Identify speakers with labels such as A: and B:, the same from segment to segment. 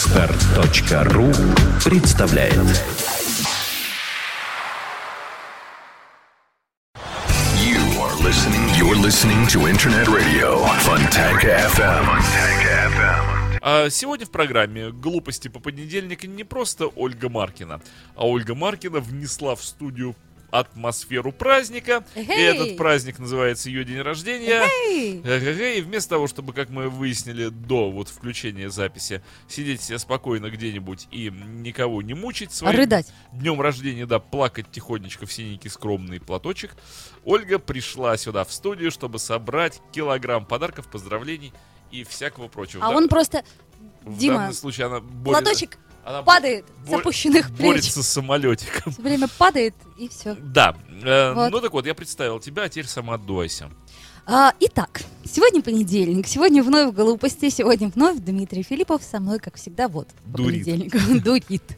A: Отстар.ру представляет
B: You are listening, you're listening to Internet Radio Funtech FM.
C: А Сегодня в программе «Глупости по понедельникам» не просто Ольга Маркина, а Ольга Маркина внесла в студию атмосферу праздника. И
D: Эй!
C: этот праздник называется ее день рождения.
D: Эй!
C: Эй-эй-эй, И вместо того, чтобы, как мы выяснили до вот включения записи, сидеть себе спокойно где-нибудь и никого не мучить своим
D: Рыдать.
C: днем рождения, да, плакать тихонечко в синенький скромный платочек, Ольга пришла сюда в студию, чтобы собрать килограмм подарков, поздравлений и всякого прочего.
D: А
C: Да,
D: он просто...
C: в
D: Дима,
C: данном случае она борется-
D: платочек
C: она
D: падает с
C: бо-
D: опущенных плеч.
C: борется с самолетиком.
D: Все время падает, и все.
C: Да. э,
D: Вот.
C: Ну так вот, я представил тебя, а теперь сама отдувайся.
D: А, итак, сегодня понедельник, сегодня вновь глупости, сегодня вновь Дмитрий Филиппов со мной, как всегда, вот, по
C: Дурит.
D: понедельникам. Дурит.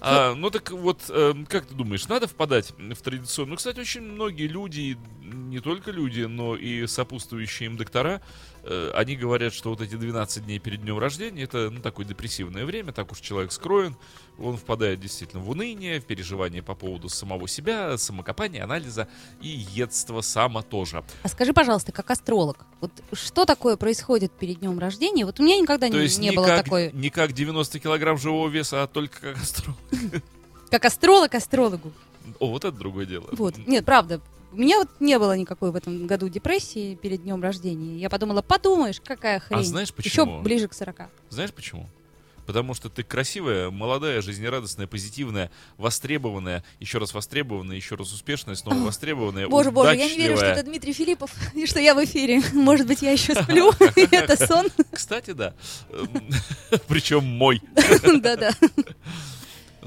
C: А, ну так вот, э, как ты думаешь, надо впадать в традиционную? Ну, кстати, очень многие люди, и не только люди, но и сопутствующие им доктора, э, они говорят, что вот эти 12 дней перед днем рождения, это ну, такое депрессивное время, так уж человек скроен, он впадает действительно в уныние, в переживания по поводу самого себя, самокопания, анализа и едства сама тоже.
D: А скажи, пожалуйста, как астролог, вот что такое происходит перед днем рождения? Вот у меня никогда
C: То
D: не,
C: есть
D: не
C: не,
D: было
C: как,
D: такой,
C: не как 90 килограмм живого веса, а только как астролог.
D: как астролог астрологу.
C: О, вот это другое дело.
D: Вот, нет, правда. У меня вот не было никакой в этом году депрессии перед днем рождения. Я подумала, подумаешь, какая хрень.
C: А знаешь почему?
D: Еще ближе к 40.
C: Знаешь почему? Потому что ты красивая, молодая, жизнерадостная, позитивная, востребованная, еще раз востребованная, еще раз успешная, снова востребованная,
D: Боже, боже, я не верю, что это
C: э, удачливая.
D: Дмитрий Филиппов и что я в эфире. Может быть, я еще сплю, и это сон.
C: Кстати, да. Эм, Причем мой.
D: Да-да.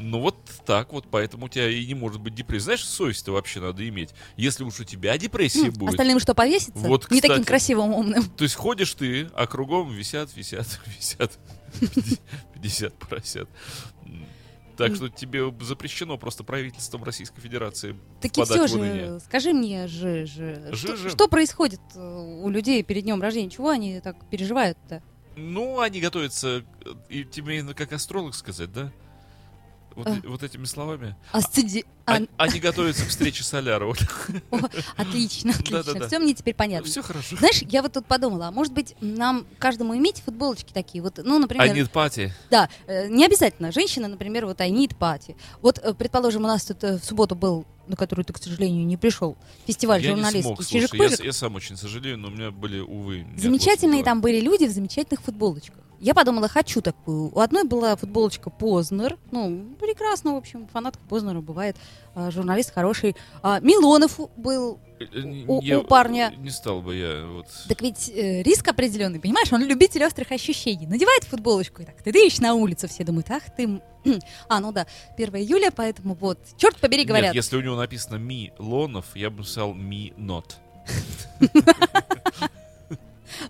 C: Ну вот так вот, поэтому у тебя и не может быть депрессии. Знаешь, совесть-то вообще надо иметь. Если уж у тебя депрессия будет,
D: Остальным что, повеситься?
C: Вот,
D: Не
C: кстати.
D: таким красивым, умным.
C: то есть ходишь ты, а кругом висят, висят, висят 50 поросят. М, Так что тебе запрещено просто правительством Российской Федерации
D: Таки
C: впадать
D: все
C: в уныние.
D: же, скажи мне же, же,
C: Же,
D: что-
C: же.
D: что происходит э, у людей перед днем рождения? Чего они так переживают-то?
C: Ну, они готовятся, э, и тебе именно как астролог сказать, да? Вот,
D: А.
C: вот этими словами.
D: Асциди- а,
C: Они, они готовятся к встрече Соляра.
D: о, Отлично,
C: Да-да-да.
D: отлично. Все мне теперь понятно.
C: Все хорошо.
D: Знаешь, я вот тут подумала, а может быть, нам каждому иметь футболочки такие? Вот, ну, например,
C: А нет пати.
D: Да, э, не обязательно. Женщина, например, вот I need party. Вот, э, предположим, у нас тут э, в субботу был, на который ты, к сожалению, не пришел, фестиваль
C: Я не
D: журналистский
C: смог, слушай, я,
D: «Чижик-пыжик».
C: с- я сам очень сожалею, но у меня были, увы... неотложные
D: Замечательные
C: дела.
D: там были люди в замечательных футболочках. Я подумала, хочу такую. У одной была футболочка Познер. Ну, прекрасно, в общем, фанатка Познера бывает. а, журналист хороший. А, Милонов был.
C: Э, э, не-
D: у-
C: я-
D: у парня-
C: Не стал бы я, вот...
D: Так ведь э, риск определенный, понимаешь? Он любитель острых ощущений. Надевает футболочку и так, ты дышишь на улицу. Все думают, ах ты... м». А, ну да, 1 июля, поэтому вот. Черт побери, говорят.
C: Нет, если у него написано «ми-лонов», я бы написал «ми-нот».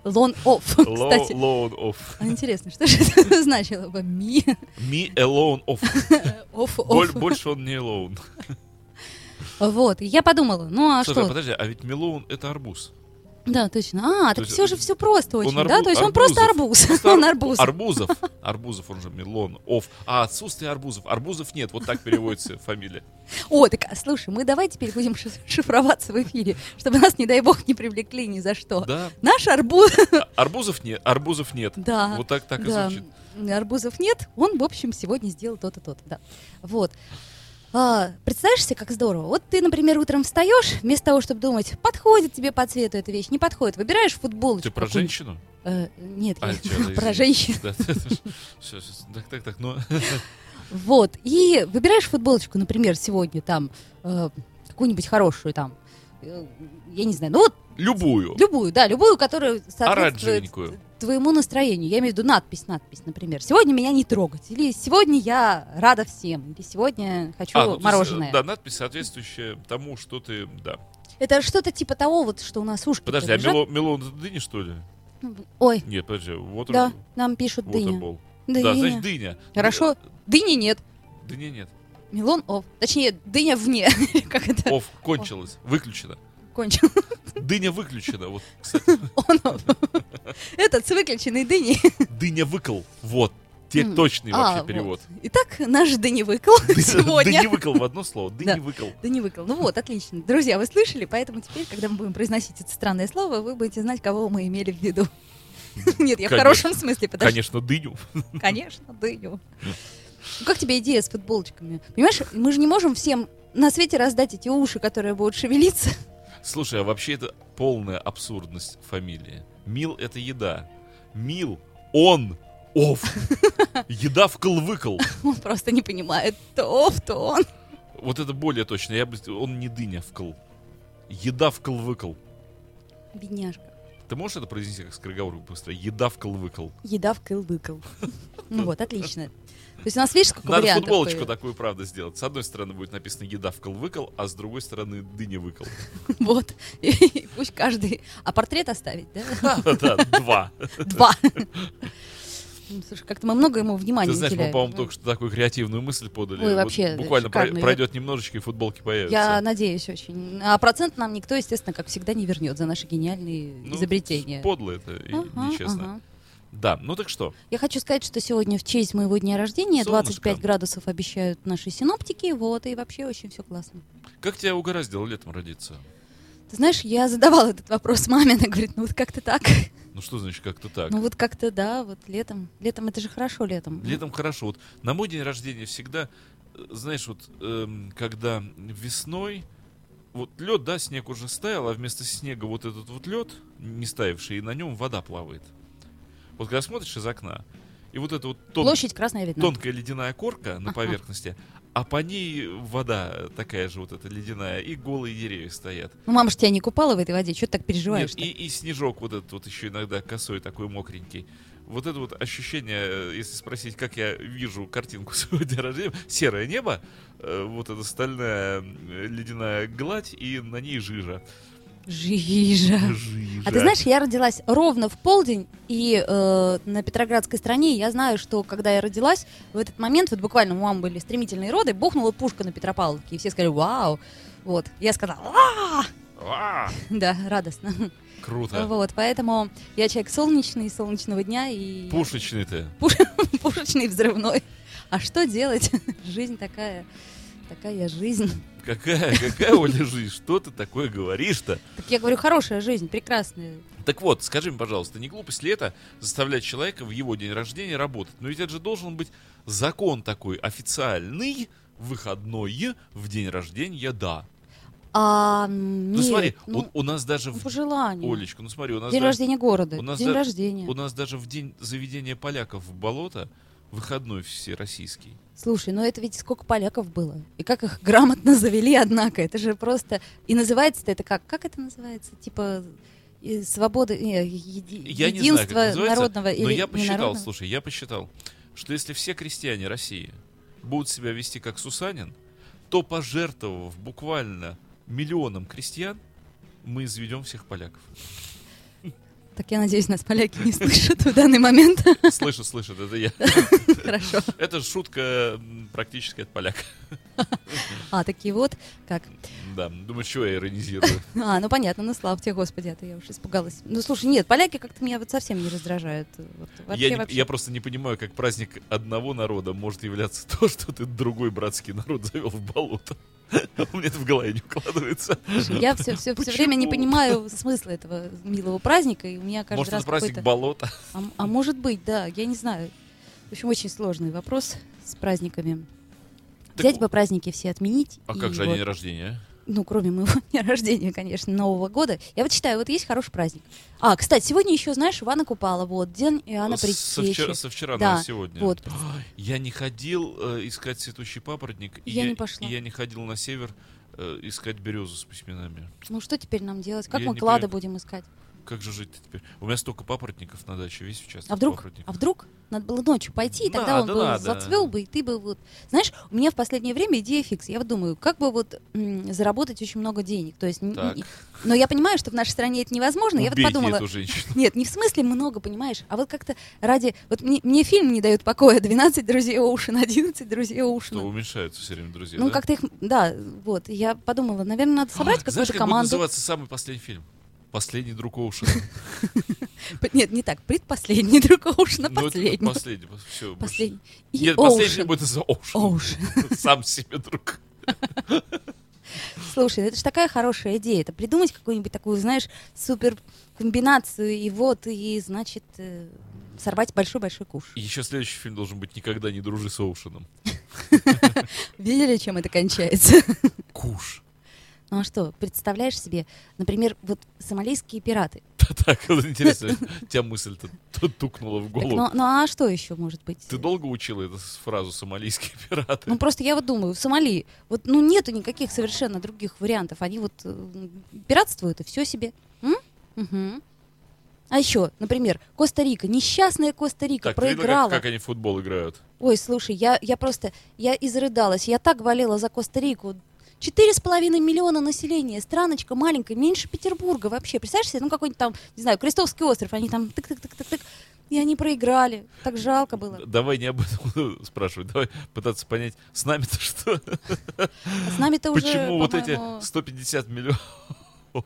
D: Лон офф, кстати.
C: Лоун офф.
D: А Интересно, что же это значило бы? Ми,
C: Ми alone off.
D: оф,
C: Боль-
D: оф.
C: Больше он не alone.
D: Вот, и я подумала, ну а
C: Слушай, а
D: что?
C: подожди, а ведь Милоун это арбуз.
D: Да, точно. А,
C: То
D: так
C: есть
D: все же все просто
C: он
D: очень,
C: арбу-
D: да? То есть он просто арбуз.
C: Просто
D: Он
C: ар-
D: арбуз.
C: Арбузов. Арбузов, он же Милон. Оф. А отсутствие арбузов. Арбузов нет. Вот так переводится фамилия.
D: О, так, а, слушай, мы давай теперь будем ши- шифроваться в эфире, чтобы нас, не дай бог, не привлекли ни за что.
C: Да.
D: Наш арбуз...
C: А- Арбузов нет. Арбузов нет.
D: Да.
C: Вот так так и
D: Да,
C: звучит.
D: арбузов нет, он, в общем, сегодня сделал то-то, то-то, да. Вот. А, представляешь себе, как здорово. Вот ты, например, утром встаешь, вместо того, чтобы думать, подходит тебе по цвету эта вещь, не подходит, выбираешь футболочку.
C: Ты про
D: какую-нибудь.
C: женщину?
D: Э, нет,
C: А,
D: я
C: чё, да, извини.
D: про женщин.
C: Да, да, да. Всё, всё, Так, так, так. Ну,
D: Вот. И выбираешь футболочку, например, сегодня там э, какую-нибудь хорошую там. э, Я не знаю, ну вот
C: любую. А
D: любую, да, любую, которая соответствует
C: Оранжевенькую.
D: твоему настроению. Я имею в виду надпись, надпись, например. Сегодня меня не трогать. Или сегодня я рада всем. Или сегодня хочу
C: А, ну, то есть,
D: мороженое.
C: Да, надпись, соответствующая тому, что ты... Да.
D: Это что-то типа того, вот, что у нас ушки.
C: Подожди, а Мило- Милон это дыня, что ли?
D: Ой,
C: Нет, подожди. Вот
D: да, нам пишут дыня.
C: Waterball.
D: Дыня.
C: Да, значит, дыня.
D: Хорошо. Дыни нет.
C: Дыня нет.
D: Милон оф. Точнее, дыня вне. как это?
C: Оф, кончилось. Выключено.
D: кончил.
C: Дыня выключена. Вот, кстати,
D: Он этот с выключенной дыней.
C: дыня выкол. Вот. Те
D: М,
C: точный
D: а,
C: вообще
D: вот.
C: перевод.
D: Итак, наш дыневыкл сегодня.
C: Дыня выкол в одно слово. Дыня
D: Да.
C: выкол.
D: Да не выкал. Ну вот, отлично. Друзья, вы слышали, поэтому теперь, когда мы будем произносить это странное слово, вы будете знать, кого мы имели в виду. Нет, я в
C: Конечно.
D: хорошем смысле, подожди.
C: Конечно, дыню.
D: Конечно, дыню. Ну, Как тебе идея с футболочками? Понимаешь, мы же не можем всем на свете раздать эти уши, которые будут шевелиться.
C: Слушай, а вообще это полная абсурдность фамилии. Мил — это еда. Мил — он, ов. Еда вкл-выкл.
D: Он просто не понимает, то оф, то он.
C: Вот это более точно. Я бы... с- Он не дыня вкл. Еда вкл-выкл.
D: Бедняжка.
C: Ты можешь это произнести как скороговорку быстро? Еда вкл-выкл.
D: Еда вкл-выкл. Ну вот, отлично. То есть у нас, видишь, сколько
C: Надо
D: вариантов
C: футболочку
D: появилось?
C: такую, правда, сделать. С одной стороны будет написано «еда вкл-выкл», а с другой стороны «дыня выкл».
D: Вот. И пусть каждый. А портрет оставить, да?
C: Да, два.
D: Два. Ну, Слушай, как-то мы много ему внимания
C: Ты знаешь, мы,
D: уделяем.
C: по-моему, только что такую креативную мысль подали.
D: Ой,
C: Вот
D: вообще,
C: Буквально
D: шикарно.
C: про- пройдет немножечко, и футболки появятся.
D: Я надеюсь очень. А процент нам никто, естественно, как всегда, не вернет за наши гениальные
C: Ну,
D: изобретения.
C: Подло это, и
D: Ага,
C: нечестно.
D: ага.
C: Да, ну так что,
D: Я хочу сказать, что сегодня в честь моего дня рождения
C: Солнышко.
D: 25 градусов обещают наши синоптики, вот, и вообще очень все классно.
C: как тебя угораздило летом родиться?
D: Ты знаешь, я задавала этот вопрос маме, она говорит, ну вот как-то так.
C: Ну что значит как-то так?
D: Ну вот как-то да, вот летом. Летом это же хорошо летом.
C: Летом хорошо. Вот на мой день рождения всегда, э, знаешь, вот эм, когда весной, вот лед, да, снег уже стаял, а вместо снега вот этот вот лед, не стаивший, и на нем вода плавает. Вот когда смотришь из окна, и вот эта вот тон-
D: Площадь красная видна.
C: тонкая ледяная корка на
D: Ага.
C: поверхности, а по ней вода такая же вот эта ледяная, и голые деревья стоят.
D: Ну мама же тебя не купала в этой воде, что ты так переживаешь
C: Нет, и, и снежок вот этот вот еще иногда косой такой мокренький. Вот это вот ощущение, э, если спросить, как я вижу картинку своего дня рождения, серое небо, э, вот эта стальная э, ледяная гладь и на ней жижа.
D: Жижа.
C: Жижа.
D: А ты знаешь, я родилась ровно в полдень, и э, на Петроградской стране я знаю, что когда я родилась, в этот момент, вот буквально у мамы были стремительные роды, бухнула пушка на Петропавловке, и все сказали «Вау!» Вот, я сказала «А!»
C: А,
D: Да, радостно.
C: круто.
D: Вот, поэтому я человек солнечный, солнечного дня и...
C: Пушечный ты.
D: Пушечный, взрывной. А что делать? Жизнь такая, такая жизнь.
C: Какая, какая Оля жизнь? Что ты такое говоришь-то?
D: Так я говорю, хорошая жизнь, прекрасная.
C: Так вот, скажи мне, пожалуйста, не глупость ли это заставлять человека в его день рождения работать? Но ведь это же должен быть закон такой официальный, выходной в день рождения, да.
D: А,
C: Ну
D: нет,
C: смотри,
D: ну,
C: у, у нас даже
D: ну,
C: в...
D: по желанию.
C: Олечка, ну смотри, у нас,
D: День
C: даже,
D: рождения города.
C: у нас
D: День
C: да-
D: рождения.
C: у нас даже в день заведения поляков в болото выходной всероссийский.
D: Слушай, ну это ведь сколько поляков было. И как их грамотно завели, однако. Это же просто... И называется-то это как? Как это называется? Типа э, свобода... э, еди-
C: Я не знаю, как
D: единство
C: называется,
D: народного или
C: Но я посчитал,
D: ненародного?
C: слушай, я посчитал, что если все крестьяне России будут себя вести как Сусанин, то пожертвовав буквально миллионам крестьян, мы изведем всех поляков.
D: Так я надеюсь, нас поляки не слышат в данный момент.
C: Слышат, слышат, это я.
D: Хорошо.
C: Это шутка м, практически от поляка.
D: А, такие вот как.
C: Да, думаю, чего я иронизирую.
D: А, ну понятно, ну слава тебе, Господи, а то я уж испугалась. Ну слушай, нет, поляки как-то меня вот совсем не раздражают. Вот, вообще,
C: Я, не-
D: вообще.
C: я просто не понимаю, как праздник одного народа может являться то, что ты другой братский народ завел в болото. У меня это в голове не укладывается.
D: Я все, все, все время не
C: Почему?
D: понимаю смысла этого милого праздника, и у меня каждый
C: Может,
D: раз
C: это праздник
D: какой-то-
C: болота?
D: А, а может быть, да, я не знаю. В общем, очень сложный вопрос с праздниками.
C: Так
D: Взять
C: у-
D: бы праздники все отменить.
C: А
D: и
C: как же
D: вот-
C: день рождения?
D: Ну, кроме моего дня рождения, конечно, Нового года. Я вот считаю, вот есть хороший праздник. А, кстати, сегодня еще, знаешь, Ивана Купала, вот, день Иоанна
C: С- Со
D: Предтечи.
C: вчера, со вчера
D: Да,
C: на сегодня.
D: вот.
C: Ой, Я не ходил э, искать цветущий папоротник. и
D: Я не пошла.
C: и я не ходил на север э, искать березу с письменами.
D: Ну, что теперь нам делать? Как
C: Я
D: мы
C: не
D: клада
C: понимаю.
D: будем искать?
C: Как же жить-то теперь? У меня столько папоротников на даче, весь участок
D: А вдруг,
C: папоротников.
D: а вдруг надо было ночью пойти, и тогда
C: Надо,
D: он бы
C: надо.
D: зацвел бы, и ты бы вот... Знаешь, у меня в последнее время идея фикс. Я вот думаю, как бы вот м, заработать очень много денег. То есть, н-
C: Так.
D: н- но я понимаю, что в нашей стране это невозможно. я вот
C: Убейте
D: подумала,
C: эту женщину.
D: нет, не в смысле много, понимаешь, а вот как-то ради... Вот мне, мне фильм не дает покоя. 12 друзей Оушен, 11 друзей
C: Что
D: Оушена.
C: уменьшаются все время друзья,
D: Ну,
C: да?
D: как-то их... Да, вот. Я подумала, наверное, надо
C: Знаешь,
D: собрать
C: как
D: какую-то
C: будет
D: команду.
C: называться самый последний фильм? Последний друг Оушена.
D: П- Нет, не так. Предпоследний друг Оушена,
C: Ну, это
D: последний.
C: Последний. пос- всё, больше-
D: Последний. И
C: Нет,
D: Оушен.
C: последний будет из Оушена.
D: Оушен.
C: Сам себе друг.
D: Слушай, ну это же такая хорошая идея. Это придумать какую-нибудь такую, знаешь, супер комбинацию, и вот, и, значит, э, сорвать большой-большой куш.
C: И еще следующий фильм должен быть «Никогда не дружи с Оушеном».
D: Видели, чем это кончается?
C: Куш.
D: Ну а что, представляешь себе, например, вот сомалийские пираты.
C: Да, Так, вот интересно, тебя мысль-то ту- тукнула в
D: Так,
C: голову.
D: ну, ну а что еще может быть?
C: Ты долго учила эту с- фразу «сомалийские пираты»?
D: Ну просто я вот думаю, в Сомали, вот ну нету никаких совершенно других вариантов. Они вот э, пиратствуют и все себе. М? Мгм. А еще, например, Коста-Рика, несчастная Коста-Рика
C: Так, ты видела,
D: проиграла.
C: как- как они в футбол играют?
D: Ой, слушай, я, я просто, я изрыдалась, я так болела за Коста-Рику. Четыре с половиной миллиона населения, страночка маленькая, меньше Петербурга вообще. Представляешь себе, ну какой-нибудь там, не знаю, Крестовский остров, они там тык-тык-тык-тык-тык, и они проиграли. Так жалко было.
C: Д- Давай не об этом спрашивать, давай пытаться понять, с нами-то что?
D: А с нами-то уже,
C: Почему вот эти
D: по-моему,
C: 150
D: Э,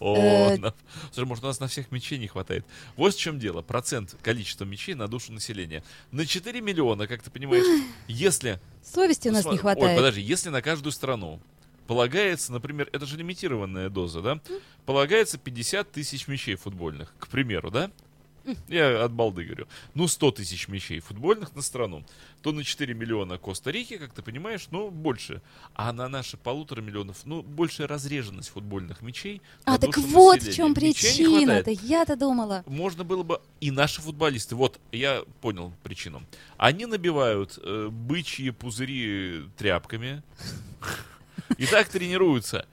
C: миллионов? Слушай, может, у нас на всех мечей не хватает. Вот в чем дело. Процент количества мечей на душу населения. На 4 миллиона, как ты понимаешь, если...
D: совести у нас
C: Ну, сма-
D: не
C: Ой,
D: хватает.
C: подожди, если на каждую страну полагается, например, это же лимитированная доза, да? Полагается 50 тысяч мечей футбольных, к примеру, да? Я от балды говорю. Ну, 100 тысяч мячей футбольных на страну. То на 4 миллиона Коста-Рики, как ты понимаешь, ну, больше. А на наши полутора миллионов, ну, большая разреженность футбольных мячей.
D: а
C: на
D: так
C: душу
D: вот в
C: населения.
D: чем
C: Мячей не
D: причина-то,
C: хватает.
D: я-то думала.
C: Можно было бы... И наши футболисты, вот, я понял причину. Они набивают э, бычьи пузыри тряпками. И так тренируются.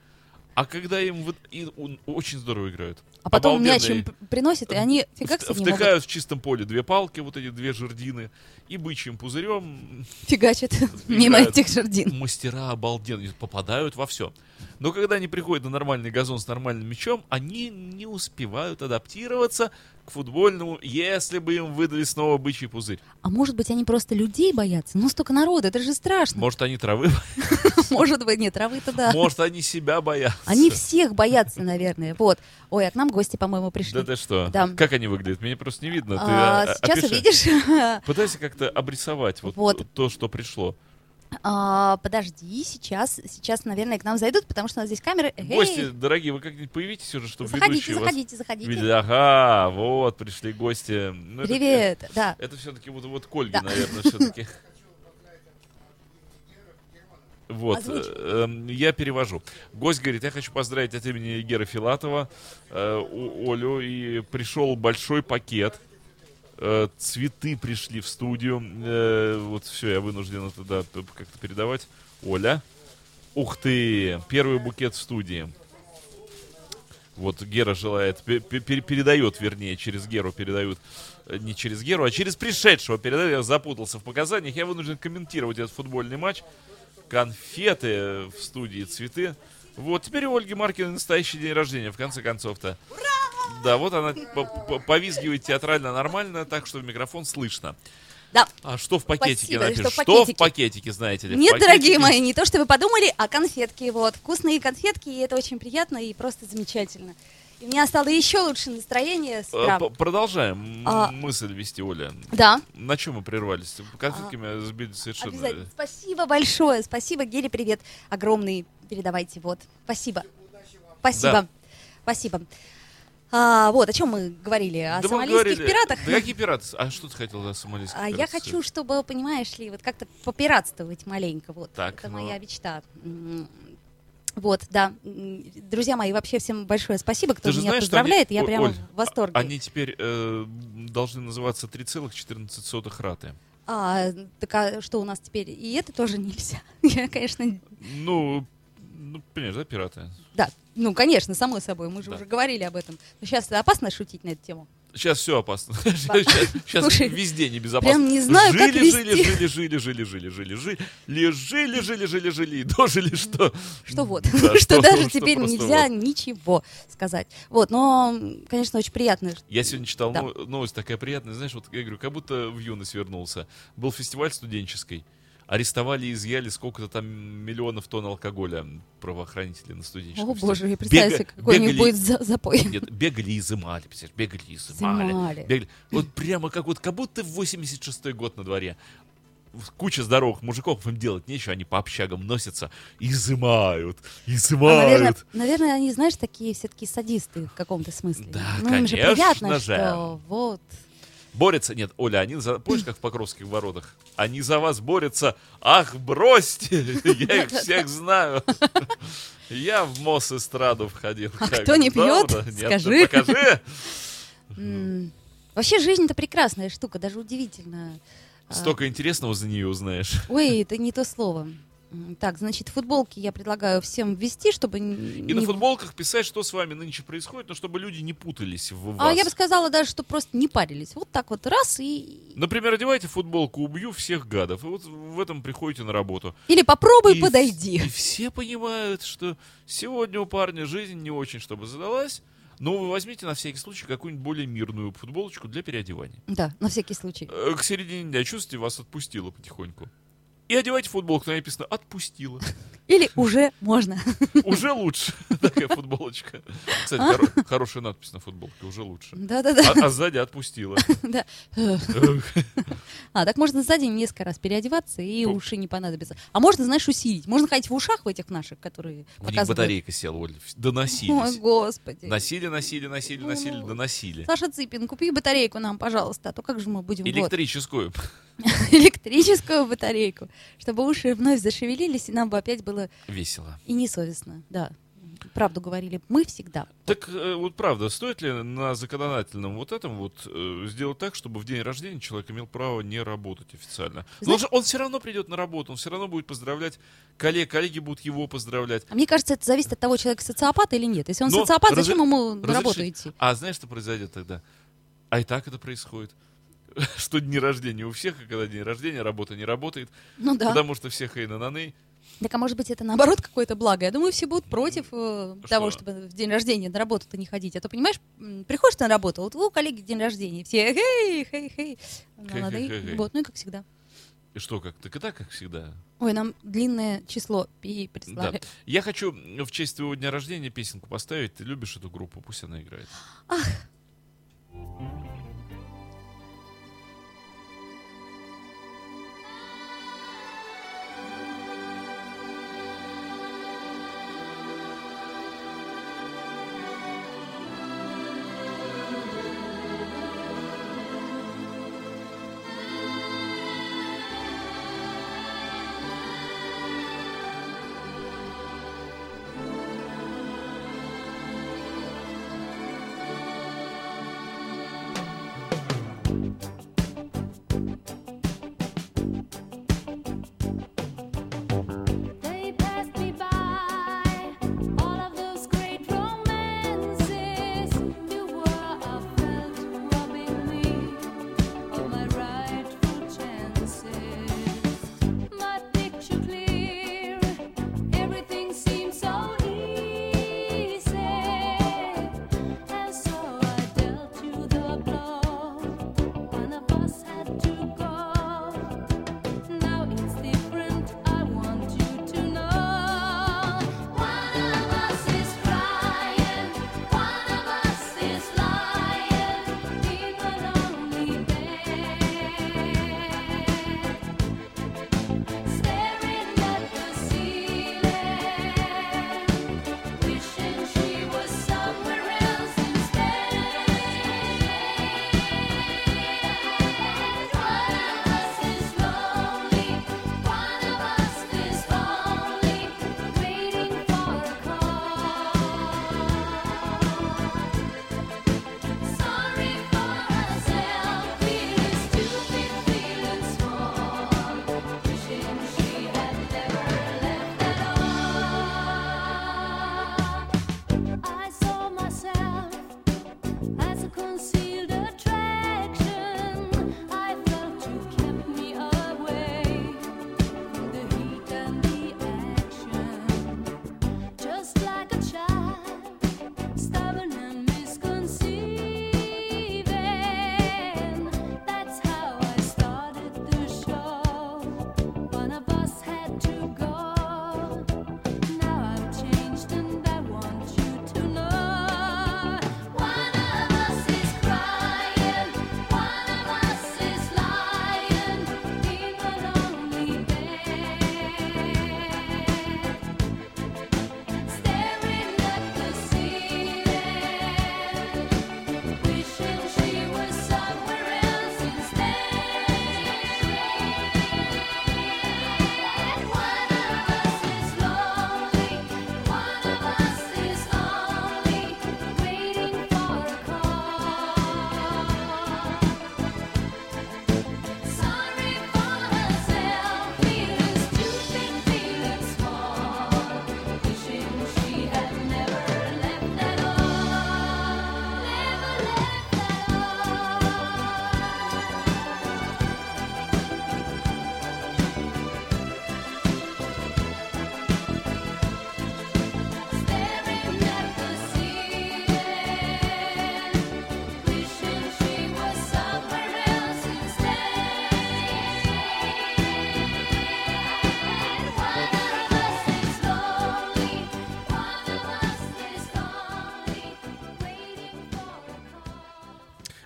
C: А когда им вот... и он- очень здорово играют.
D: А потом мяч
C: Обалденные.
D: им п- приносят, и они фигаксы
C: В-
D: не могут,
C: Втыкают в чистом поле две палки, вот эти две жердины, и бычьим пузырем
D: фигачат мимо
C: играют.
D: этих жердин.
C: мастера обалденные, попадают во все. Но когда они приходят на нормальный газон с нормальным мячом, они не успевают адаптироваться к футбольному, если бы им выдали снова бычий пузырь.
D: А может быть, они просто людей боятся? Ну, столько народа, это же страшно.
C: Может, они травы,
D: Может быть, нет, травы-то да.
C: может, они себя боятся.
D: Они всех боятся, наверное. Вот. Ой, а к нам гости, по-моему,
C: Да
D: пришли.
C: ты что?
D: Да.
C: Как они выглядят? Меня просто не видно. Ты
D: А,
C: а,
D: Сейчас
C: опиши.
D: увидишь.
C: Пытайся как-то обрисовать вот,
D: Вот.
C: то, что пришло.
D: А, Подожди, сейчас, сейчас, наверное, к нам зайдут, потому что у нас здесь камеры. Эй,
C: Гости, дорогие, вы как-нибудь появитесь уже, чтобы
D: заходите,
C: ведущие вас
D: заходите, заходите.
C: Видели, ага, вот, пришли гости. Ну, это-
D: Привет, да.
C: Это, все-таки вот, вот Кольги,
D: Да.
C: наверное, все-таки. Вот,
D: Озвучь.
C: э, эм, я перевожу. Гость говорит, я хочу поздравить от имени Гера Филатова э, О- Олю, и пришел большой пакет. Э, цветы пришли в студию. Э, вот все, я вынужден это да, п- как-то передавать. Оля. Ух ты, первый букет в студии. Вот Гера желает, пе- пе- пе- передает, вернее, через Геру передают, э, не через Геру, а через пришедшего передает. Я запутался в показаниях, я вынужден комментировать этот футбольный матч. Конфеты в студии, цветы. Вот, теперь у Ольги Маркиной настоящий день рождения, в конце концов-то. Да, вот она по- по- повизгивает театрально нормально, так что в микрофон слышно.
D: Да.
C: А что в пакетике
D: Спасибо,
C: напишешь?
D: что в
C: Что в
D: пакетике.
C: пакетике, знаете ли? в
D: Нет, дорогие
C: пакетике-
D: мои, не то, что вы подумали, а конфетки. Вот, вкусные конфетки, и это очень приятно и просто замечательно. И у меня стало еще лучше настроение с
C: Э,
D: утра.
C: п- Продолжаем м,
D: А.
C: мысль вести, Оля.
D: Да,
C: На чем мы прервались? Конфетки меня сбили совершенно.
D: Обязательно. Спасибо большое. Спасибо, Гели, привет. Огромный. Передавайте. Вот. Спасибо. Спасибо.
C: Да.
D: Спасибо. А, вот, о чем мы говорили? О
C: Да мы
D: сомалийских
C: говорили-
D: пиратах?
C: Да какие пираты? А что ты хотел о сомалийских
D: А я
C: пиратах
D: хочу,
C: сказать?
D: чтобы, понимаешь ли, вот как-то попиратствовать маленько. Вот.
C: Так,
D: Это
C: ну.
D: моя мечта. М, Вот, да. М, Друзья мои, вообще всем большое спасибо, кто
C: Ты же
D: меня
C: знаешь, что
D: поздравляет.
C: они-
D: Я
C: О-
D: прямо
C: Оль, а
D: в восторге.
C: Они теперь э, должны называться 3,14 раты.
D: А, так а что у нас теперь? И это тоже нельзя. Я, конечно,
C: Ну, Ну, понимаешь, да, пираты?
D: Да, ну, конечно, само собой, мы же
C: Да.
D: уже говорили об этом. Но сейчас опасно шутить на эту тему.
C: Сейчас все опасно. Сейчас
D: Слушай,
C: везде небезопасно.
D: прям не знаю, как
C: жили, жили,
D: вести.
C: жили, жили, жили, жили, жили, жили, жили, жили, жили, жили, и дожили, что...
D: Что вот,
C: Да,
D: что, даже
C: что
D: теперь
C: просто
D: нельзя
C: вот.
D: ничего сказать. Вот, но, м, конечно, очень приятно. что-
C: Я сегодня читал
D: Да.
C: но- новость такая приятная, знаешь, вот я говорю, как будто в юность вернулся. Был фестиваль студенческий. Арестовали и изъяли сколько-то там миллионов тонн алкоголя правоохранители на студенческом
D: О,
C: фестивале.
D: боже, я представляю
C: Бега-
D: себе, какой у них
C: бегали-
D: будет за- запой.
C: Нет, бегали и изымали, представляешь, бегали и изымали.
D: Изымали.
C: бегали. Вот прямо как вот, как будто в 86-й год на дворе. Куча здоровых мужиков, им делать нечего, они по общагам носятся, изымают,
D: А, наверное,
C: изымают.
D: наверное, они, знаешь, такие все-таки садисты в каком-то смысле.
C: Да,
D: ну, им же
C: конечно
D: приятно,
C: же.
D: что вот.
C: Борются, нет, Оля, они за, помнишь, как в Покровских воротах? Они за вас борются, ах, бросьте, я их всех знаю. Я в МОС-эстраду входил.
D: А
C: как
D: кто не пьет?
C: давно. Нет,
D: Скажи.
C: Покажи. Ну.
D: м, Вообще жизнь это прекрасная штука, даже удивительно. А,
C: Столько интересного за нее узнаешь.
D: Ой, это не то слово. М, Так, значит, футболки я предлагаю всем ввести, чтобы...
C: И на футболках писать, что с вами нынче происходит, но чтобы люди не путались в вас.
D: А я бы сказала даже, что просто не парились. Вот так вот раз и...
C: Например, одевайте футболку «Убью всех гадов», и вот в этом приходите на работу.
D: Или попробуй,
C: И
D: подойди.
C: в- И все понимают, что сегодня у парня жизнь не очень чтобы задалась, но вы возьмите на всякий случай какую-нибудь более мирную футболочку для переодевания.
D: Да, на всякий случай.
C: Э, К середине дня чувствуете, вас отпустило потихоньку. И одевайте футболку, на ней написано «Отпустило».
D: Или уже можно.
C: Уже лучше. Такая футболочка. Кстати,
D: А?
C: хоро- хорошая надпись на футболке. Уже лучше.
D: Да-да-да.
C: А а сзади «Отпустило».
D: да. А, так можно за день несколько раз переодеваться, и
C: Пу.
D: уши не понадобятся. А можно, знаешь, усилить. Можно ходить в ушах в этих наших, которые
C: У них
D: показывают.
C: батарейка села, Оль. Вс-
D: Ой,
C: Доносились.
D: господи.
C: Носили, носили, носили, носили,
D: Ну.
C: доносили.
D: Саша Цыпин, купи батарейку нам, пожалуйста, а то как же мы будем... вот.
C: Электрическую.
D: электрическую батарейку, чтобы уши вновь зашевелились, и нам бы опять было
C: Весело.
D: и несовестно, да. Правду говорили мы всегда.
C: Так э, вот правда, стоит ли на законодательном вот этом вот э, сделать так, чтобы в день рождения человек имел право не работать официально? Но он,
D: Знаешь-
C: же- он все равно придет на работу, он все равно будет поздравлять коллег, коллеги будут его поздравлять.
D: А мне кажется, это зависит от того, человек социопат или нет. Если он
C: Но
D: социопат,
C: разре-
D: зачем ему на
C: разрешить.
D: работу идти?
C: А знаешь, что произойдет тогда? А и так это происходит. Что дни рождения у всех, и когда день рождения, работа не работает,
D: Ну да.
C: потому что все хейна-наны.
D: Так а может быть это наоборот какое-то благо. Я думаю, все будут против э,
C: Что?
D: того, чтобы в день рождения на работу-то не ходить. А то, понимаешь, м, приходишь ты на работу, а вот у коллеги день рождения, все хей, хей, хей. Ну, надо и-
C: Хей-хей-хей-хей.
D: Вот, ну и как всегда.
C: И что, как? Так и так, как всегда.
D: Ой, нам длинное число пи
C: Да.
D: прислали.
C: Я хочу в честь твоего дня рождения песенку поставить. Ты любишь эту группу, пусть она играет.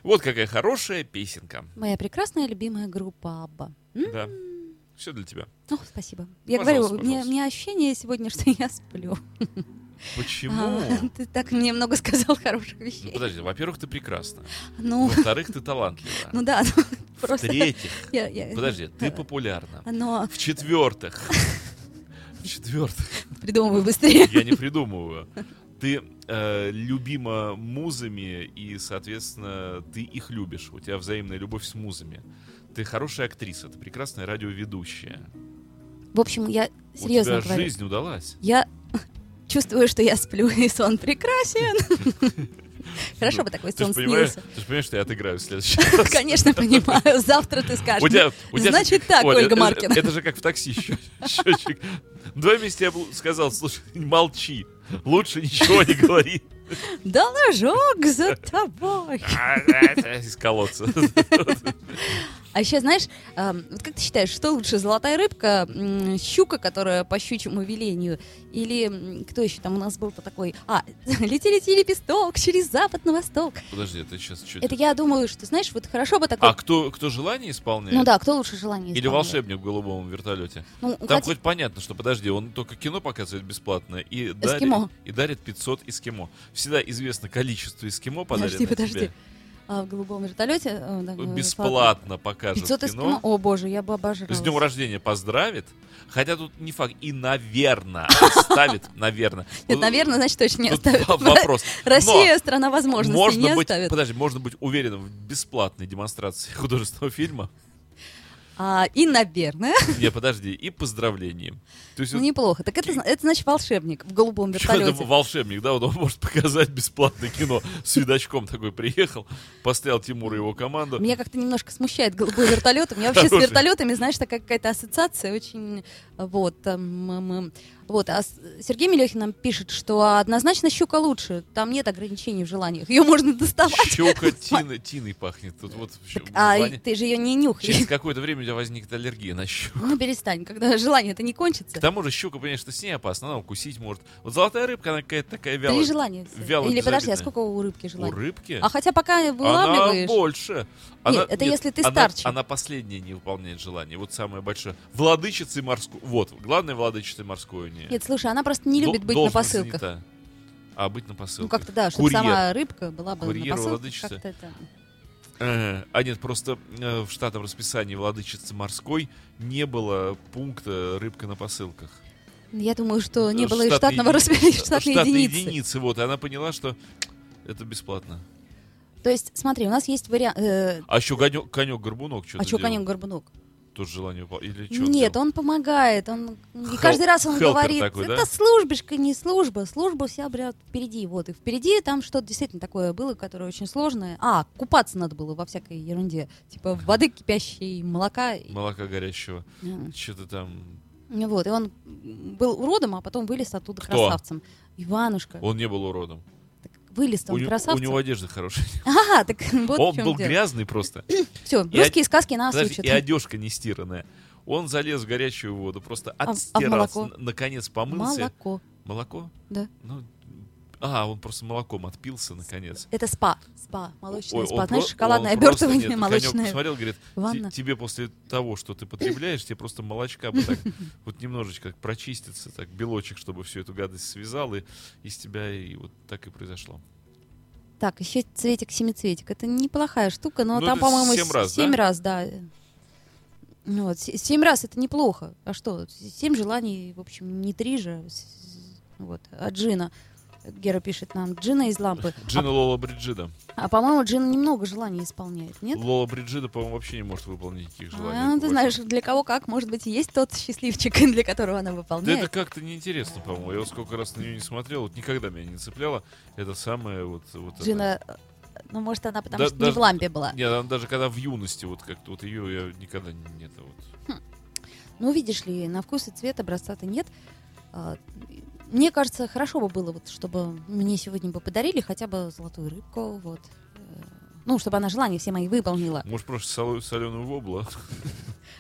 C: Вот какая хорошая песенка.
D: Моя прекрасная любимая группа Абба. М?
C: Да. Все для тебя.
D: О, спасибо. Я
C: Пожалуйста,
D: говорю, у меня-
C: пожалуйста.
D: у меня ощущение сегодня, что я сплю.
C: Почему?
D: А, ты так мне много сказал хороших
C: Ну,
D: вещей.
C: подожди, во-первых, ты прекрасна.
D: Ну,
C: Во-вторых, ты талантлива.
D: ну да, ну, просто.
C: В-третьих,
D: я- я- э,
C: подожди, ты популярна.
D: Но
C: В-четвертых, в-четвертых,
D: придумывай быстрее.
C: я не придумываю, ты э, любима музами, и, соответственно, ты их любишь. У тебя взаимная любовь с музами. Ты хорошая актриса, ты прекрасная радиоведущая.
D: В общем, я серьезно
C: У тебя
D: говорю.
C: жизнь удалась.
D: Я чувствую, что я сплю, и сон прекрасен. Хорошо бы такой
C: Ты же
D: сон
C: понимаешь,
D: снился.
C: ты ж понимаешь, что я отыграю в следующий раз.
D: Конечно, понимаю. Завтра ты
C: У
D: скажешь.
C: тебя- у тебя- э,
D: Значит так,
C: Ой,
D: Ольга
C: это-
D: Маркина.
C: Это же как в такси щ- счетчик. Два месяца я бы сказал, слушай, молчи. Лучше ничего не говори. э,
D: Да ложок за тобой.
C: А, а, а, Из колодца.
D: А еще, знаешь, эм, вот как ты считаешь, что лучше, золотая рыбка, м, щука, которая по щучьему велению, или м, кто еще там у нас был-то такой? А, лети-лети лепесток через запад на восток.
C: Подожди, это сейчас чуть...
D: Это я думаю, что, знаешь, вот хорошо бы такой...
C: А кто, кто желание исполняет?
D: ну да, кто лучше желание
C: Или
D: исполняет?
C: волшебник в голубом вертолете.
D: Ну,
C: Там
D: хотя-
C: хоть понятно, что подожди, он только кино показывает бесплатно и
D: Эскимо.
C: дарит, и дарит 500 эскимо. Всегда известно количество эскимо
D: Подожди,
C: подаренное
D: подожди.
C: тебе. Ну,
D: А в голубом вертолете... э, да, э,
C: Бесплатно покажет
D: 500 эскимо.
C: кино.
D: О, боже, я бы обожала.
C: С днем рождения поздравит. Хотя тут не факт. И, наверное, оставит, наверное.
D: Нет, наверное, значит, точно не
C: Тут
D: оставят.
C: во- вопрос.
D: Россия — страна
C: Но
D: возможностей,
C: можно
D: не
C: быть,
D: оставят.
C: подожди, можно быть уверенным в бесплатной демонстрации художественного фильма.
D: А, и, наверное,
C: Не, подожди, и поздравлением. То есть
D: ну,
C: вот
D: неплохо. Так это, зна- это значит волшебник в голубом
C: Чё это
D: вертолете.
C: волшебник, да, вот он может показать бесплатное кино. С видачком такой приехал, поставил Тимур и его команду.
D: Меня как-то немножко смущает голубой вертолет. У меня вообще с
C: Хороший.
D: вертолетами, знаешь, такая какая-то ассоциация очень... Вот, эм, эм, эм. вот. А с- Сергей Мелехин нам пишет, что однозначно щука лучше. Там нет ограничений в желаниях. Ее можно доставать.
C: Щука тины- тиной пахнет. Тут вот щ-
D: А
C: Ваня-
D: ты же ее не нюхаешь.
C: через какое-то время у тебя возникнет аллергия на щуку.
D: Ну, перестань, когда желание-то не кончится.
C: К тому же щука, понимаешь, что с ней опасно, она укусить может. Вот золотая рыбка, она какая-то такая
D: Три
C: вялая.
D: желания. всего.
C: вяло
D: Или подожди, а
C: безобидная.
D: сколько у рыбки
C: У
D: желаний?
C: рыбки?
D: А хотя пока
C: Она
D: вылавливаешь...
C: больше.
D: это если ты
C: она-
D: старче.
C: Она последняя не выполняет желание. Вот самое большое. Владычицей морской. Вот, главное владычицей морской у нее.
D: Нет, слушай, она просто не
C: Дол-
D: любит быть на
C: должность
D: посылках.
C: занята. А быть на посылках.
D: Ну, как-то да, чтобы
C: Курьер.
D: сама рыбка была бы
C: Курьер,
D: на посылке.
C: владычица.
D: Как-то это...
C: Э, А нет, просто э, в штатном расписании владычицы морской не было пункта рыбка на посылках.
D: Я думаю, что не
C: Э,
D: было и
C: штатной
D: штатного
C: еди-
D: распределения, штатной единицы.
C: единицы, вот. И она поняла, что это бесплатно.
D: То есть, смотри, у нас есть вариант... э,
C: А еще конек, горбунок что-то
D: а что конек горбунок?
C: Тоже желание упало. Или что
D: Нет, он помогает. Он... И
C: Хел-
D: каждый раз он
C: хелпер
D: говорит,
C: такой, да?
D: это службишка, не служба. Служба вся брат впереди. Вот, и впереди там что-то действительно такое было, которое очень сложное. А, купаться надо было во всякой ерунде. Типа воды кипящей, молока. и-
C: Молока горящего.
D: М.
C: Что-то там...
D: Ну Вот, и он был уродом, а потом вылез оттуда
C: Кто?
D: красавцем. Иванушка.
C: Он не был уродом.
D: Так вылез
C: У,
D: он
C: не- у
D: красавцем.
C: него одежда хорошая.
D: Ага, так вот
C: он
D: в чем
C: был
D: дело.
C: грязный просто.
D: Все,
C: И од-
D: русские сказки нас
C: Подожди,
D: учат.
C: и одежка не стиранная. Он залез в горячую воду, просто
D: а в
C: отстирался,
D: молоко?
C: н- наконец помылся.
D: Молоко.
C: Молоко?
D: Да.
C: Ну, а, он просто молоком отпился, наконец.
D: Это спа. Спа. Молочное
C: Ой, он
D: спа.
C: про-
D: Знаешь, шоколадное
C: он просто-
D: обертывание,
C: нет, Конек
D: молочное.
C: посмотрел, говорит, «Те-
D: ванна».
C: тебе после того, что ты потребляешь, тебе просто молочка бы так вот немножечко как прочистится, так белочек, чтобы всю эту гадость связал, и из тебя и вот так и произошло.
D: Так, еще цветик-семицветик. Это неплохая штука, но
C: Ну,
D: там,
C: это
D: по-моему,
C: семь раз,
D: семь
C: да?
D: раз, да. Ну Вот, се- семь раз это неплохо. А что? Семь желаний, в общем, не три же. С- с- Вот, а джина. Гера пишет нам, джина из лампы.
C: Джина Лола Бриджида.
D: А, а, по-моему, джина немного желаний исполняет, нет?
C: Лола Бриджида, по-моему, вообще не может выполнить никаких желаний.
D: А, ну, ты
C: больше.
D: знаешь, для кого как, может быть, и есть тот счастливчик, для которого она
C: Да это
D: выполняет.
C: как-то неинтересно, по-моему. Я вот сколько раз на нее не смотрел, вот никогда меня не цепляло. Это самое вот... вот это.
D: Джина, э, ну, может, она потому
C: Да-
D: что не
C: даже-
D: в лампе была.
C: Нет, она даже когда в юности, вот как-то вот ее я никогда не не это вот.
D: Ну, видишь ли, на вкус и цвет образца-то нет. А, Мне кажется, хорошо бы было, вот, чтобы мне сегодня бы подарили хотя бы золотую рыбку, вот. Э, Ну, чтобы она желания все мои выполнила.
C: Может, просто соленую вобла?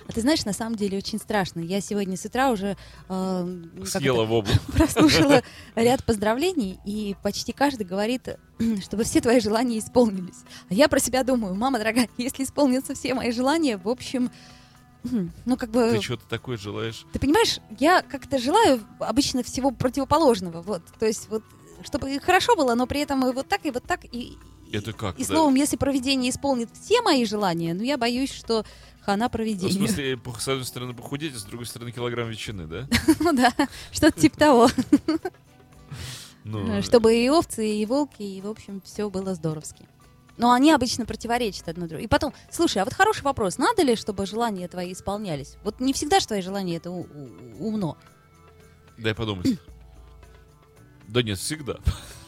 D: А ты знаешь, на самом деле очень страшно. Я сегодня с утра уже э, как
C: Съела воблу.
D: это, прослушала ряд поздравлений, и почти каждый говорит, чтобы все твои желания исполнились. А я про себя думаю, мама дорогая, если исполнятся все мои желания, в общем, ну как бы...
C: Ты что-то такое желаешь?
D: Ты понимаешь, я как-то желаю обычно всего противоположного, вот, то есть вот, чтобы и хорошо было, но при этом и вот так, и вот так, и... и-
C: Это как,
D: И
C: да?
D: словом, если проведение исполнит все мои желания, ну я боюсь, что хана
C: Ну, В
D: проведение.
C: смысле, э, пох- с одной стороны похудеть, а с другой стороны килограмм ветчины, да?
D: Ну да, что-то типа того.
C: Ну,
D: Чтобы и овцы, и волки, и, в общем, все было здоровски. Но они обычно противоречат одно другому. И потом, слушай, а вот хороший вопрос, надо ли, чтобы желания твои исполнялись? Вот не всегда же твои желания это у- у- умно.
C: Дай подумать. Да нет, всегда.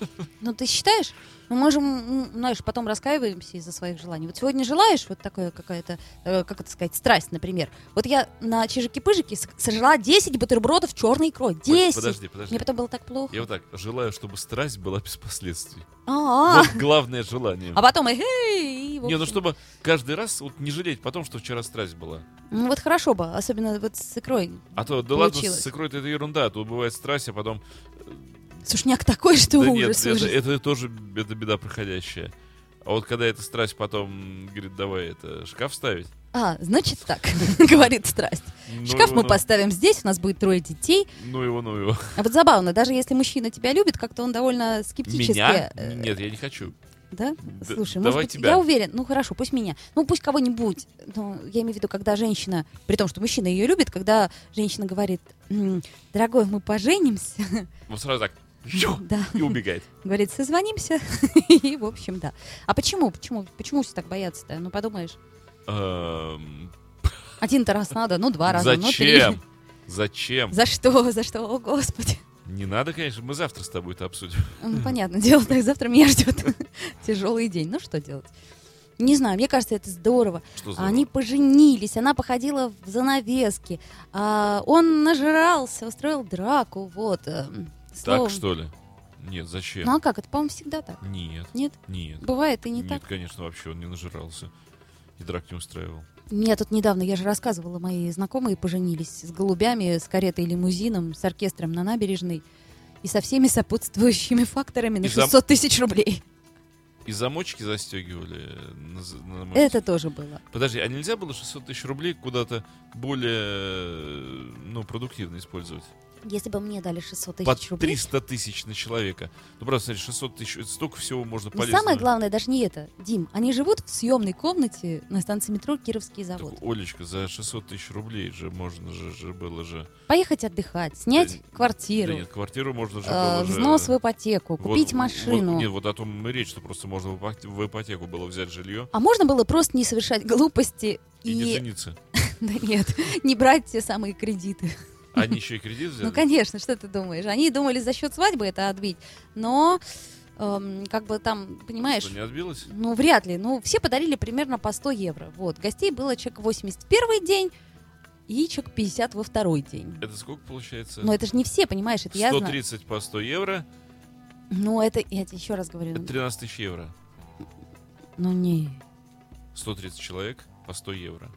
D: Ну, ты считаешь? Ну, Мы можем, м, знаешь, потом раскаиваемся из-за своих желаний. Вот сегодня желаешь вот такое какая-то, э, как это сказать, страсть, например. Вот я на чижики-пыжики с- сожрала 10 бутербродов черной икрой. 10!
C: Подожди, подожди.
D: Мне потом было так плохо.
C: Я вот так, желаю, чтобы страсть была без последствий.
D: А,
C: Вот главное желание.
D: а потом, эй, и, в
C: Не, ну
D: общем.
C: чтобы каждый раз вот не жалеть потом, что вчера страсть была.
D: Ну, вот хорошо бы, особенно вот с икрой.
C: А то, да ладно,
D: Получилось.
C: с икрой-то это ерунда, а то бывает страсть, а потом...
D: Сушняк такой, что
C: да
D: ужас,
C: нет, это,
D: ужас.
C: это тоже это беда проходящая. А вот когда эта страсть потом говорит, давай это шкаф ставить.
D: А, значит так, говорит страсть.
C: Ну
D: Шкаф
C: его,
D: мы
C: ну-
D: поставим здесь, у нас будет трое детей.
C: Ну его, ну его.
D: А вот забавно, даже если мужчина тебя любит, как-то он довольно скептически...
C: Меня?
D: э,
C: Нет, я не хочу.
D: Да?
C: Да-
D: Слушай, может
C: давай
D: быть,
C: тебя.
D: я уверен, ну хорошо, пусть меня, ну пусть кого-нибудь, но я имею в виду, когда женщина, при том, что мужчина ее любит, когда женщина говорит, «М, дорогой, мы поженимся,
C: Вот сразу так, «Ё!»
D: да,
C: и убегает.
D: говорит, созвонимся, и в общем, да. А почему, почему, почему все так боятся-то, ну подумаешь,
C: Эм,
D: один-то раз надо, ну два раза, ну три.
C: Зачем? Зачем?
D: За что, за что, о господи.
C: Не надо, конечно, мы завтра с тобой это обсудим.
D: Ну, понятно, дело так, завтра меня ждет тяжелый день, ну что делать. Не знаю, мне кажется, это здорово. А
C: Что за...
D: Они поженились, она походила в занавески, а, он нажрался, устроил драку, вот. э, словом.
C: Так, что ли? Нет, зачем?
D: Ну а как, это, по-моему, всегда так.
C: Нет,
D: Нет,
C: нет.
D: бывает и не
C: Нет,
D: так.
C: конечно, вообще он не нажирался. И драк не устраивал.
D: Меня тут недавно, я же рассказывала, мои знакомые поженились с голубями, с каретой лимузином, с оркестром на набережной и со всеми сопутствующими факторами на
C: И зам-
D: 600 тысяч рублей.
C: И замочки застегивали на, з- на мой-
D: Это тоже было.
C: Подожди, а нельзя было 600 тысяч рублей куда-то более, ну, продуктивно использовать?
D: Если бы мне дали 600
C: По
D: тысяч рублей...
C: 300 тысяч на человека. Ну, просто, смотри, 600 тысяч, это столько всего можно
D: Но
C: полезного.
D: Ну, самое главное даже не это, Дим. Они живут в съемной комнате на станции метро Кировский
C: Так,
D: завод.
C: Олечка, за 600 тысяч рублей же можно же, же было же...
D: Поехать отдыхать, снять
C: Да-
D: квартиру,
C: Да нет, квартиру можно же
D: э,
C: было же...
D: взнос в ипотеку,
C: Вот-
D: купить
C: вот-
D: машину.
C: нет, вот о том и речь, что просто можно в ипоте- в ипотеку было взять жилье
D: А можно было просто не совершать глупости
C: и, не
D: и,
C: жениться.
D: да нет, не брать те самые кредиты.
C: Они еще и кредит взяли?
D: Ну, конечно, что ты думаешь? Они думали за счет свадьбы это отбить, но эм, как бы там, понимаешь,
C: Что, не отбилось?
D: ну вряд ли. Ну, все подарили примерно по 100 евро. Вот, гостей было человек 80 в первый день и человек 50 во второй день.
C: Это сколько получается?
D: Но это же не все, понимаешь, это Ну, я знаю.
C: 130 по 100 евро,
D: Ну, это, я тебе еще раз говорю,
C: это 13 тысяч евро.
D: ну не,
C: 130 человек по 100 евро.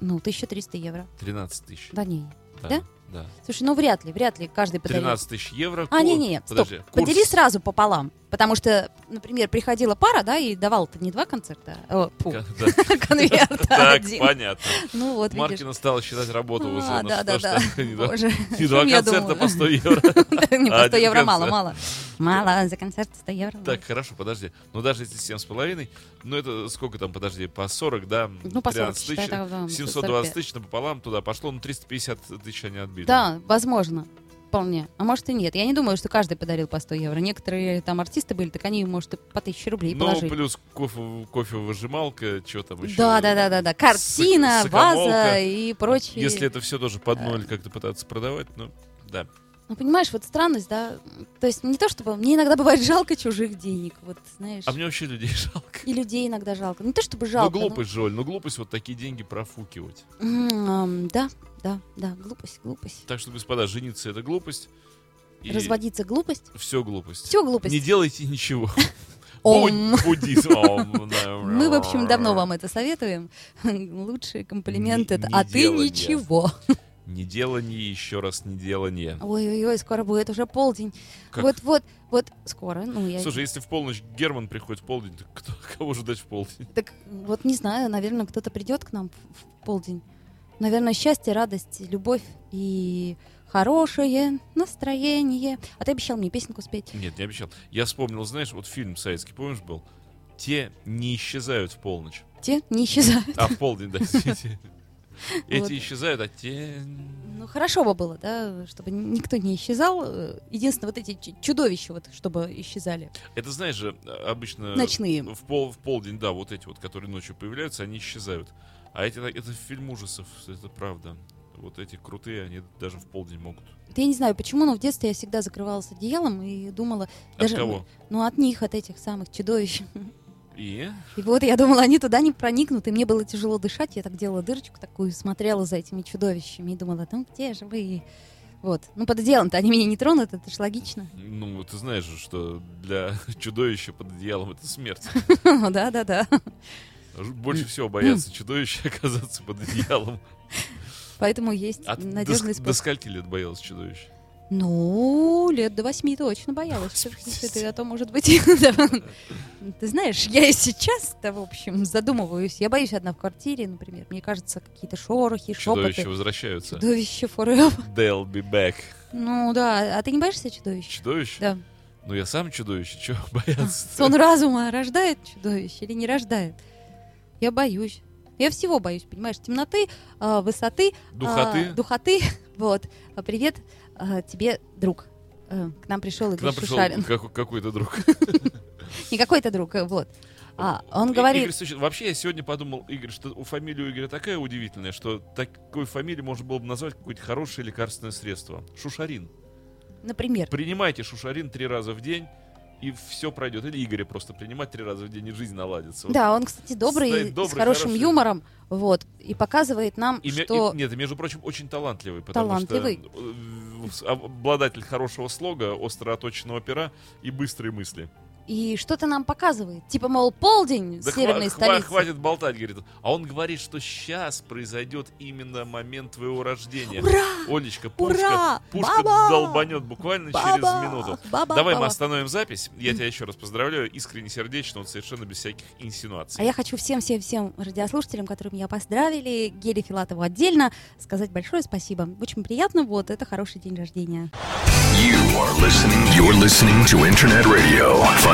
D: ну, 1300 евро.
C: 13 тысяч.
D: Да не.
C: Да.
D: да? Слушай, ну вряд ли, вряд ли каждый подарил.
C: 13 тысяч евро.
D: А,
C: кур-
D: не-не, стоп.
C: Подожди, курс.
D: Подели сразу пополам. Потому что, например, приходила пара, да, и давала-то не два концерта, а, о, фу,
C: Ка- да.
D: конверт а
C: Так,
D: один.
C: понятно.
D: Ну вот, видишь.
C: Маркина стала считать работу уже.
D: А,
C: на
D: да, да,
C: 100,
D: да.
C: что они, да.
D: Боже, о
C: И два
D: чем я
C: концерта
D: думала?
C: по 100 евро.
D: Не, по 100
C: Один
D: евро
C: концерт.
D: мало, мало. Мало, за концерт 100 евро. мало.
C: Так, хорошо, подожди. Ну, даже если 7,5, ну, это сколько там, подожди, по 40, да?
D: Ну, по 40,
C: 13
D: считай, так, да,
C: 720
D: 45.
C: тысяч напополам туда пошло, ну, 350 тысяч они отбили.
D: Да, возможно. Вполне. А может и нет. Я не думаю, что каждый подарил по 100 евро. Некоторые там артисты были, так они, может, и по 1000 рублей
C: Ну,
D: положили.
C: плюс кофе, кофевыжималка, что там еще.
D: Да, да, да, да, да. Картина,
C: сокомолка.
D: ваза и прочие. Э.
C: Если это все тоже под ноль как-то пытаться продавать, ну, да.
D: Ну, понимаешь, вот странность, да. То есть не то чтобы... Мне иногда бывает жалко чужих денег, вот, знаешь.
C: А мне вообще людей жалко.
D: И людей иногда жалко. Не то чтобы жалко.
C: ну, глупость, Жоль, ну, глупость вот такие деньги профукивать.
D: но- М, ам, Да, да, да, глупость, глупость.
C: Так что, господа, жениться — это глупость.
D: Разводиться глупость.
C: Все глупость.
D: Все глупость.
C: Не делайте ничего.
D: Ом.
C: Буд- Буддизм. Ом.
D: Мы, в общем, давно вам это советуем. Лучший комплимент
C: Не-
D: это
C: не
D: «а ты
C: делание.
D: ничего».
C: Не делание, еще раз не делание.
D: Ой-ой-ой, скоро будет уже полдень.
C: Как?
D: Вот-вот, вот скоро. Ну, я...
C: Слушай, если в полночь Герман приходит в полдень, то кто, кого ждать в полдень?
D: Так вот не знаю, наверное, кто-то придет к нам в- в полдень. Наверное, счастье, радость, любовь и хорошее настроение. А ты обещал мне песенку спеть.
C: Нет, не обещал. Я вспомнил, знаешь, вот фильм советский, помнишь, был? Те не исчезают в полночь.
D: Те не исчезают.
C: А в полдень, да, извините.
D: Вот.
C: Эти исчезают, а те...
D: Ну, хорошо бы было, да, чтобы никто не исчезал. Э, Единственное, вот эти ч- чудовища, вот, чтобы исчезали.
C: Это, знаешь же, обычно...
D: Ночные.
C: В, пол, в полдень, да, вот эти вот, которые ночью появляются, они исчезают. А эти, это фильм ужасов, это правда. Вот эти крутые, они даже в полдень могут.
D: Да я не знаю почему, но в детстве я всегда закрывалась одеялом и думала...
C: От
D: даже-
C: кого?
D: Ну, от них, от этих самых чудовищ.
C: И?
D: И вот я думала, они туда не проникнут, и мне было тяжело дышать. Я так делала дырочку такую, смотрела за этими чудовищами и думала, ну где же вы? Вот. Ну, под одеялом-то они меня не тронут, это же логично.
C: Ну, ты знаешь же, что для чудовища под одеялом это смерть.
D: Да-да-да.
C: Ж- Больше всего боятся чудовища оказаться под одеялом.
D: Поэтому есть
C: А ты до
D: надежный
C: ск- до
D: способ.
C: скольки лет боялась чудовища?
D: Ну, лет до восьми точно боялась. Что ж
C: Господи.
D: Ты а то, может быть, да. ты знаешь, я и сейчас-то, в общем, задумываюсь. Я боюсь одна в квартире, например. Мне кажется, какие-то шорохи,
C: Чудовища
D: шепоты.
C: возвращаются.
D: Чудовище forever.
C: They'll be back.
D: Ну да, а ты не боишься чудовищ?
C: Чудовище?
D: Да.
C: Ну я сам чудовище, чего бояться?
D: Сон разума рождает чудовище или не рождает? Я боюсь. Я всего боюсь, понимаешь? Темноты, а, высоты, а,
C: Духоты?
D: духоты. Вот. А, Привет а, тебе, друг. Э, К нам пришел
C: К нам
D: Игорь
C: пришел
D: Шушарин.
C: как- какой-то друг.
D: Не какой-то друг, э, вот. А, он
C: И- Игорь
D: говорит,
C: Сущин- вообще я сегодня подумал, Игорь, что у фамилию Игоря такая удивительная, что такой фамилии можно было бы назвать какое-то хорошее лекарственное средство. Шушарин.
D: например,
C: Принимайте шушарин три раза в день, и все пройдет. Или Игоря просто принимать три раза в день, и жизнь наладится. Вот.
D: да, он, кстати,
C: Стоит
D: добрый, с
C: добрый,
D: хорошим
C: хороший.
D: юмором, вот, и показывает нам,
C: И ме-
D: что
C: и- нет, и, между прочим, очень талантливый, потому
D: Талантливый.
C: что э, с- обладатель хорошего слога, остро оточенного пера и быстрые мысли.
D: и что-то нам показывает, типа мол полдень
C: Да хва-
D: северной
C: хва-
D: столицы.
C: хватит болтать, говорит. он. А он говорит, что сейчас произойдет именно момент твоего рождения.
D: Ура!
C: Олечка, пушка,
D: Ура!
C: пушка
D: Баба!
C: долбанет буквально через
D: Баба!
C: минуту.
D: Баба,
C: Давай мы
D: баба.
C: остановим запись. Я тебя еще раз поздравляю. Искренне, сердечно, вот совершенно без всяких инсинуаций.
D: А я хочу всем-всем-всем радиослушателям, которые меня поздравили, Гере Филатову отдельно, сказать большое спасибо. Очень приятно, вот, это хороший день рождения.
B: You are listening. You're listening to Internet Radio.